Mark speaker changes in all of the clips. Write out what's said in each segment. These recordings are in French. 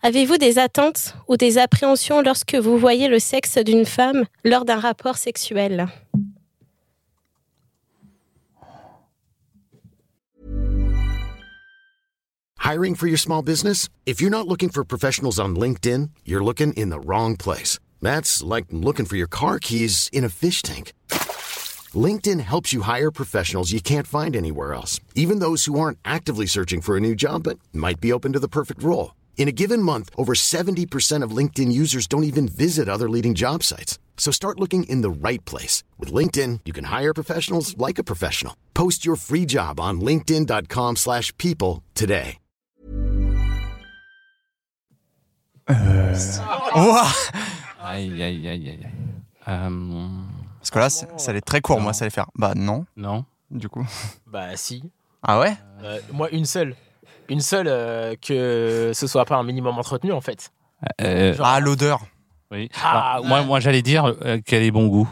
Speaker 1: Avez-vous des attentes ou des appréhensions lorsque vous voyez le sexe d'une femme lors d'un rapport sexuel
Speaker 2: Hiring for your small business? If you're not looking for professionals on LinkedIn, you're looking in the wrong place. That's like looking for your car keys in a fish tank. LinkedIn helps you hire professionals you can't find anywhere else, even those who aren't actively searching for a new job but might be open to the perfect role. In a given month, over 70% of LinkedIn users don't even visit other leading job sites. So start looking in the right place. With LinkedIn, you can hire professionals like a professional. Post your free job on linkedin.com/people slash people today.
Speaker 3: Ouah
Speaker 4: Aïe, aïe, aïe, aïe. Euh,
Speaker 3: Parce que là, c'est- ça allait très court, moi, ça allait faire. Bah non,
Speaker 4: non.
Speaker 3: du coup.
Speaker 5: Bah si.
Speaker 3: Ah ouais
Speaker 5: Euh, moi, une seule. Une seule euh, que ce soit pas un minimum entretenu en fait.
Speaker 4: Euh,
Speaker 5: Genre-
Speaker 3: Ah, l'odeur.
Speaker 4: oui.
Speaker 5: Ah,
Speaker 4: Alors, Moi, moi j'allais dire euh, qu'elle est bon goût.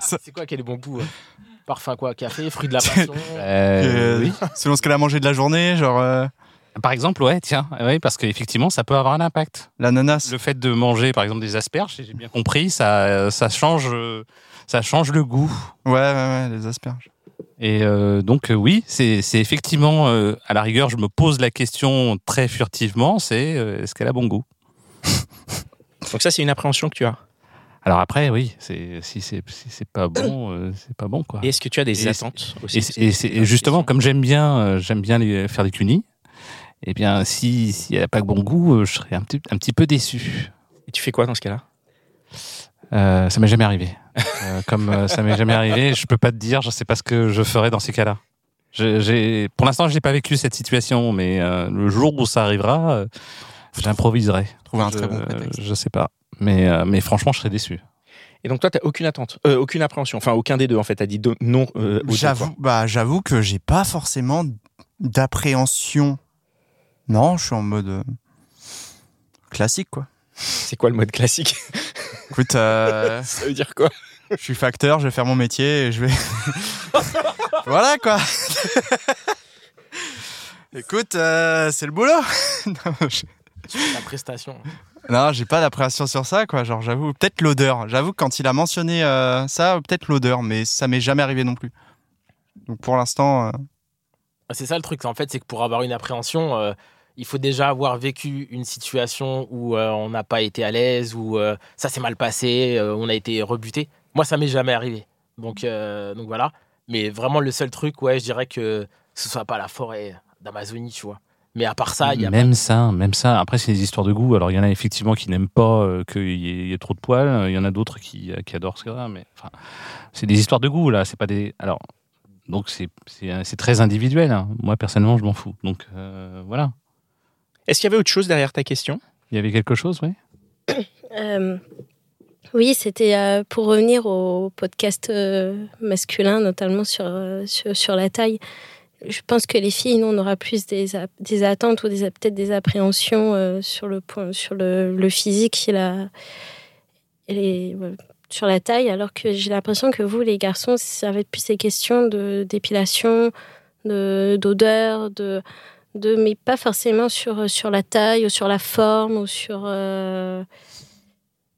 Speaker 5: C'est quoi quel est bon goût euh Parfum quoi Café, fruit de la passion.
Speaker 4: Euh,
Speaker 3: Euh,
Speaker 4: oui.
Speaker 3: Selon ce qu'elle a mangé de la journée, genre euh,
Speaker 4: Par exemple, ouais, tiens, oui, parce qu'effectivement, ça peut avoir un impact.
Speaker 3: l'ananas.
Speaker 4: Le fait de manger, par exemple, des asperges, si j'ai bien compris, ça, ça, change, euh, ça change le goût.
Speaker 3: Ouais, ouais, ouais, les asperges.
Speaker 4: Et euh, donc, euh, oui, c'est c'est effectivement, euh, à la rigueur, je me pose la question très furtivement, c'est euh, est-ce qu'elle a bon goût
Speaker 6: Donc ça, c'est une appréhension que tu as.
Speaker 4: Alors après, oui, c'est- si c'est si c'est pas bon, euh, c'est pas bon, quoi.
Speaker 6: Et est-ce que tu as des
Speaker 4: Et-
Speaker 6: attentes aussi
Speaker 4: Et, c'est- et c'est- et justement, comme j'aime bien, euh, j'aime bien les- faire des cunis, eh bien, si, si elle n'a pas de bon goût, euh, je serais un petit, un petit peu déçu.
Speaker 6: Et tu fais quoi dans ce cas-là
Speaker 4: Euh, ça m'est jamais arrivé. Euh, comme euh, ça m'est jamais arrivé, je peux pas te dire, je sais pas ce que je ferais dans ces cas-là. Je- j'ai- pour l'instant, je n'ai pas vécu cette situation, mais euh, le jour où ça arrivera, euh, j'improviserai.
Speaker 3: Trouver un
Speaker 4: je,
Speaker 3: très bon prétexte.
Speaker 4: Je sais pas. Mais, euh, mais franchement, je serais déçu.
Speaker 6: Et donc toi, tu aucune attente, euh, aucune appréhension, enfin aucun des deux en fait. Tu as dit do- non euh, aux deux, quoi.
Speaker 3: J'avoue, bah, j'avoue que j'ai pas forcément d'appréhension. Non, je suis en mode euh, classique, quoi.
Speaker 6: C'est quoi le mode classique
Speaker 3: Écoute, euh,
Speaker 6: Ça veut dire quoi
Speaker 3: je suis facteur, je vais faire mon métier et je vais. voilà, quoi. Écoute, euh, c'est le boulot. non, je-
Speaker 5: La prestation.
Speaker 3: non, j'ai pas d'appréhension sur ça, quoi. Genre, j'avoue, peut-être l'odeur. J'avoue que quand il a mentionné euh, ça, peut-être l'odeur, mais ça m'est jamais arrivé non plus. Donc pour l'instant, euh,
Speaker 5: Bah, C'est ça le truc, en fait, c'est que pour avoir une appréhension, euh, il faut déjà avoir vécu une situation où euh, on n'a pas été à l'aise, où euh, ça s'est mal passé, euh, on a été rebuté. Moi, ça m'est jamais arrivé. Donc, euh, donc voilà. Mais vraiment, le seul truc, ouais, je dirais que ce soit pas la forêt d'Amazonie, tu vois. Mais à part ça, il y a.
Speaker 4: même ça, même ça. Après, c'est des histoires de goût. Alors, il y en a effectivement qui n'aiment pas euh, qu'il y, ait- il y ait trop de poils. Euh, Il y en a d'autres qui, qui adorent ça. Mais enfin, c'est des histoires de goût là. C'est pas des. Alors, donc c'est c'est euh, c'est très individuel. hein. Moi, personnellement, je m'en fous. Donc euh, voilà.
Speaker 6: Est-ce qu'il y avait autre chose derrière ta question
Speaker 4: Il y avait quelque chose, oui.
Speaker 1: Euh, Oui, c'était euh, pour revenir au podcast euh, masculin, notamment sur, euh, sur, sur la taille. Je pense que les filles, nous, on aura plus des, a- des attentes ou des a- peut-être des appréhensions euh, sur, le, point, sur le, le physique et la, et les- ouais, sur la taille, alors que j'ai l'impression que vous, les garçons, ça va être plus des questions de d'épilation, de- d'odeur, de, de, mais pas forcément sur, sur la taille ou sur la forme ou sur... euh,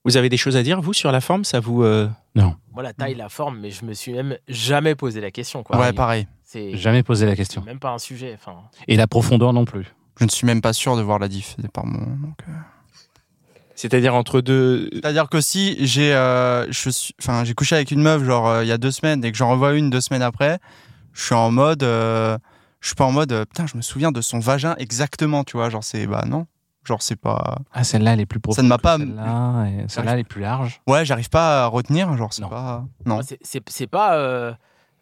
Speaker 6: Vous avez des choses à dire vous sur la forme Ça vous euh,
Speaker 5: Moi, la
Speaker 4: Mm.
Speaker 5: taille, la forme, mais je me suis même jamais posé la question, quoi.
Speaker 3: ouais, pareil.
Speaker 5: C'est
Speaker 4: Jamais posé la question.
Speaker 5: même pas un sujet. Enfin,
Speaker 4: Et la profondeur non plus.
Speaker 3: Je ne suis même pas sûr de voir la diff par moment. donc, euh.
Speaker 6: C'est-à-dire entre deux.
Speaker 3: C'est-à-dire que si j'ai, euh, je suis, enfin, j'ai couché avec une meuf genre euh, il y a deux semaines et que j'en revois une deux semaines après, je suis en mode, euh, je suis pas en mode, euh, putain, je me souviens de son vagin exactement, tu vois, genre c'est, bah non, genre c'est pas,
Speaker 4: Ah, celle-là, elle est plus profonde.
Speaker 3: Ça ne m'a
Speaker 4: que
Speaker 3: pas-
Speaker 4: Celle-là, et celle-là, elle est plus large.
Speaker 3: ouais, j'arrive pas à retenir, genre c'est
Speaker 4: Non.
Speaker 3: pas, non.
Speaker 5: Moi, c'est- C'est c'est pas. euh,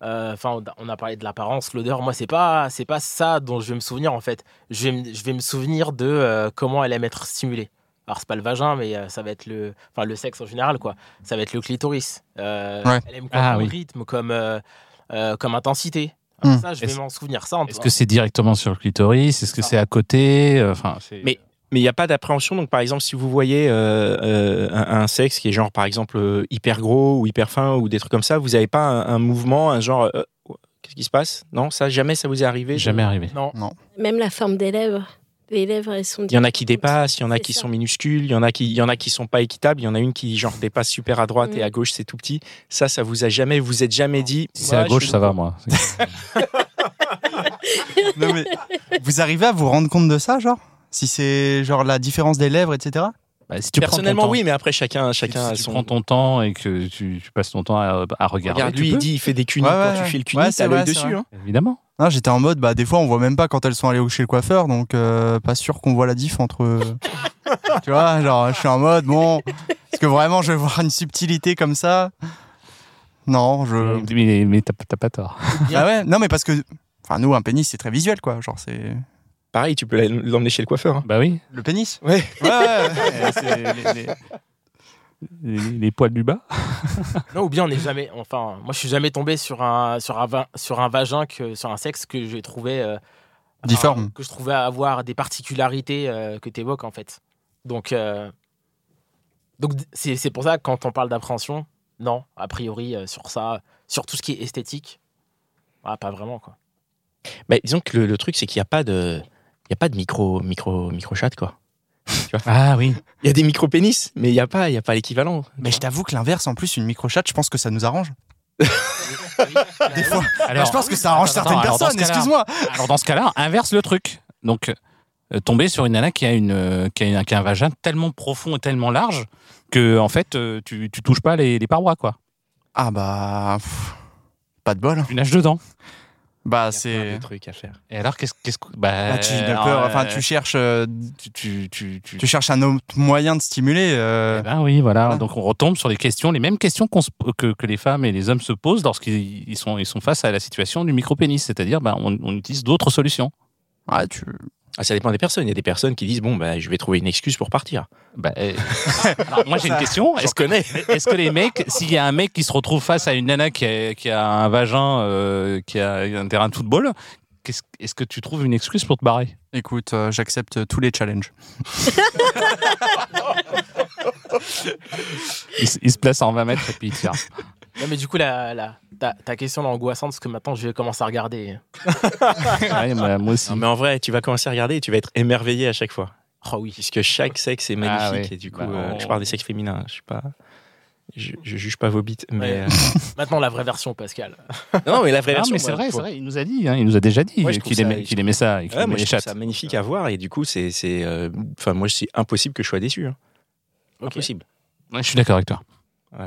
Speaker 5: euh, Enfin, on a- on a parlé de l'apparence, l'odeur. Moi, c'est pas, c'est pas ça dont je vais me souvenir en fait. Je vais, me- je vais me souvenir de euh, comment elle aime être stimulée. alors c'est pas le vagin, mais euh, ça va être le, enfin le sexe en général quoi. Ça va être le clitoris. Euh,
Speaker 3: Ouais.
Speaker 5: Elle aime
Speaker 4: Ah,
Speaker 5: comme
Speaker 4: oui.
Speaker 5: rythme, comme euh, euh, comme intensité. Alors
Speaker 3: Hmm.
Speaker 5: Ça, je vais
Speaker 4: Est-ce-
Speaker 5: m'en souvenir. Ça, en-
Speaker 4: Est-ce que c'est directement sur le clitoris Est-ce que
Speaker 5: Ah.
Speaker 4: c'est à côté Euh, Enfin, c'est-
Speaker 6: Mais- Mais il n'y a pas d'appréhension. Donc, par exemple, si vous voyez euh, euh, un, un sexe qui est genre, par exemple, euh, hyper gros ou hyper fin ou des trucs comme ça, vous n'avez pas un, un mouvement, un genre, euh, qu'est-ce qui se passe Non, ça, jamais ça vous est arrivé.
Speaker 4: jamais arrivé.
Speaker 5: non.
Speaker 1: Même la forme des lèvres. Les lèvres, elles sont
Speaker 6: Il y en a qui
Speaker 1: différentes.
Speaker 6: dépassent, il y en a
Speaker 1: C'est
Speaker 6: qui
Speaker 1: ça.
Speaker 6: sont minuscules, il y en a qui, il y en a qui sont pas équitables, il y en a une qui genre dépasse super à droite
Speaker 1: Mm.
Speaker 6: et à gauche c'est tout petit. Ça, ça vous a jamais, vous êtes jamais dit.
Speaker 4: Si c'est à
Speaker 6: Ouais,
Speaker 4: gauche,
Speaker 6: je-
Speaker 4: ça va, moi.
Speaker 3: Non, mais vous arrivez à vous rendre compte de ça, genre Si c'est genre la différence des lèvres, etc.
Speaker 4: Bah, si tu prends ton
Speaker 6: Personnellement,
Speaker 4: temps-
Speaker 6: oui, mais après chacun,
Speaker 4: si tu-
Speaker 6: chacun a
Speaker 4: si tu
Speaker 6: son.
Speaker 4: prends ton temps et que tu, tu passes ton temps à, à regarder.
Speaker 6: Regarde,
Speaker 4: tu
Speaker 6: lui, il
Speaker 4: peux,
Speaker 6: dit, il fait des cunis
Speaker 3: Ouais,
Speaker 6: quand
Speaker 3: ouais,
Speaker 6: tu
Speaker 3: ouais.
Speaker 6: fais le cunis,
Speaker 3: Ouais,
Speaker 6: t'as
Speaker 3: c'est
Speaker 6: l'œil
Speaker 3: vrai, c'est
Speaker 6: dessus.
Speaker 3: vrai.
Speaker 6: hein.
Speaker 4: Évidemment.
Speaker 3: Non, j'étais en mode, bah des fois on voit même pas quand elles sont allées au- chez le coiffeur, donc euh, pas sûr qu'on voit la diff entre. tu vois, genre je suis en mode, bon, est-ce que vraiment je vais voir une subtilité comme ça Non, je.
Speaker 4: Mais, mais t'as t'as pas tort.
Speaker 3: Ah ouais, non mais parce que. Enfin, nous, un pénis c'est très visuel quoi, genre c'est.
Speaker 6: Pareil, tu peux l'emmener chez le coiffeur. hein.
Speaker 4: Bah oui,
Speaker 3: Le pénis
Speaker 6: Ouais.
Speaker 3: Ouais, ouais, ouais, c'est les- les-
Speaker 4: les, les poils du bas.
Speaker 5: Non, ou bien on n'est jamais. Enfin, moi, je suis jamais tombé sur un sur un vin- sur un vagin que sur un sexe que j'ai trouvé euh, enfin,
Speaker 3: Difforme.
Speaker 5: que je trouvais avoir des particularités euh, que tu évoques en fait. Donc euh, donc d- c'est c'est pour ça que quand on parle d'appréhension, non, a priori euh, sur ça, sur tout ce qui est esthétique, ah, pas vraiment quoi.
Speaker 6: Bah, disons que le, le truc, c'est qu'il n'y a pas de, il y a pas de micro, micro, micro chat quoi.
Speaker 4: Ah oui.
Speaker 6: Il y a des micro pénis, mais il y a pas, il y a pas l'équivalent.
Speaker 3: Mais je t'avoue que l'inverse, en plus, une microchatte, je pense que ça nous arrange. Des fois.
Speaker 4: Bah,
Speaker 3: bah,
Speaker 4: Alors,
Speaker 3: je pense que ça arrange
Speaker 4: Attends,
Speaker 3: certaines
Speaker 4: alors, dans
Speaker 3: personnes,
Speaker 4: ce cas-là-
Speaker 3: excuse-moi.
Speaker 4: alors dans ce cas-là, inverse le truc. Donc, euh, tomber sur une nana qui a, une, euh, qui, a une- qui a un vagin tellement profond et tellement large que, en fait, euh, tu, tu touches pas les, les parois, quoi.
Speaker 3: Ah bah. pff, pas de bol. hein.
Speaker 4: Tu nages dedans.
Speaker 3: Bah,
Speaker 6: Il y a plein
Speaker 3: c'est.
Speaker 6: de trucs à faire.
Speaker 4: Et alors, qu'est-ce qu'est-ce que. Bah,
Speaker 3: Bah, tu, n'as
Speaker 4: alors,
Speaker 3: peur,
Speaker 4: euh,
Speaker 3: enfin, tu cherches, euh,
Speaker 4: tu- tu- tu- tu-
Speaker 3: tu cherches un autre moyen de stimuler.
Speaker 4: Eh
Speaker 3: euh,
Speaker 4: ben oui, voilà.
Speaker 3: voilà.
Speaker 4: Donc on retombe sur les questions, les mêmes questions qu'on se- que, que les femmes et les hommes se posent lorsqu'ils ils sont, ils sont face à la situation du micro-pénis. C'est-à-dire, ben, on, on utilise d'autres solutions.
Speaker 3: ouais, tu-
Speaker 6: Ah, ça dépend des personnes. Il y a des personnes qui disent bon, bah, je vais trouver une excuse pour partir.
Speaker 4: Ben, euh, alors, moi j'ai une question.
Speaker 6: J'en
Speaker 4: Est-ce que,
Speaker 6: connais.
Speaker 4: est-ce que les mecs, s'il y a un mec qui se retrouve face à une nana qui a, qui a un vagin, euh, qui a un terrain de football, qu'est-ce- est-ce que tu trouves une excuse pour te barrer
Speaker 3: Écoute, euh, j'accepte tous les challenges.
Speaker 4: il, se- il se place en 20 mètres et puis il tire.
Speaker 5: Non, mais du coup la, la- ta, ta question est angoissante parce que maintenant je vais commencer à regarder. euh,
Speaker 4: Ouais, bah, moi aussi.
Speaker 6: Non, mais en vrai, tu vas commencer à regarder et tu vas être émerveillé à chaque fois.
Speaker 5: Oh oui.
Speaker 6: puisque chaque sexe est magnifique
Speaker 4: ouais.
Speaker 6: et du coup
Speaker 4: Bah,
Speaker 6: euh,
Speaker 4: on-
Speaker 6: je parle des sexes féminins je suis pas je, je juge pas vos bites mais
Speaker 5: Ouais. Maintenant la vraie version Pascal.
Speaker 6: euh, non mais la vraie
Speaker 4: Non,
Speaker 6: version
Speaker 4: mais c'est
Speaker 6: moi,
Speaker 4: vrai,
Speaker 6: faut-
Speaker 4: c'est vrai. Il nous a dit, hein, il nous a déjà dit
Speaker 6: Moi, je trouve
Speaker 4: qu'il
Speaker 6: ça-
Speaker 4: aimait, qu'il aimait ça et qu'il
Speaker 6: Ouais,
Speaker 4: aimait
Speaker 6: moi
Speaker 4: les
Speaker 6: je trouve
Speaker 4: chattes.
Speaker 6: ça magnifique à voir et du coup c'est c'est euh, enfin moi c'est impossible que je sois déçu hein.
Speaker 5: Ok.
Speaker 6: impossible
Speaker 4: Ouais, je suis d'accord avec toi.
Speaker 6: Ouais.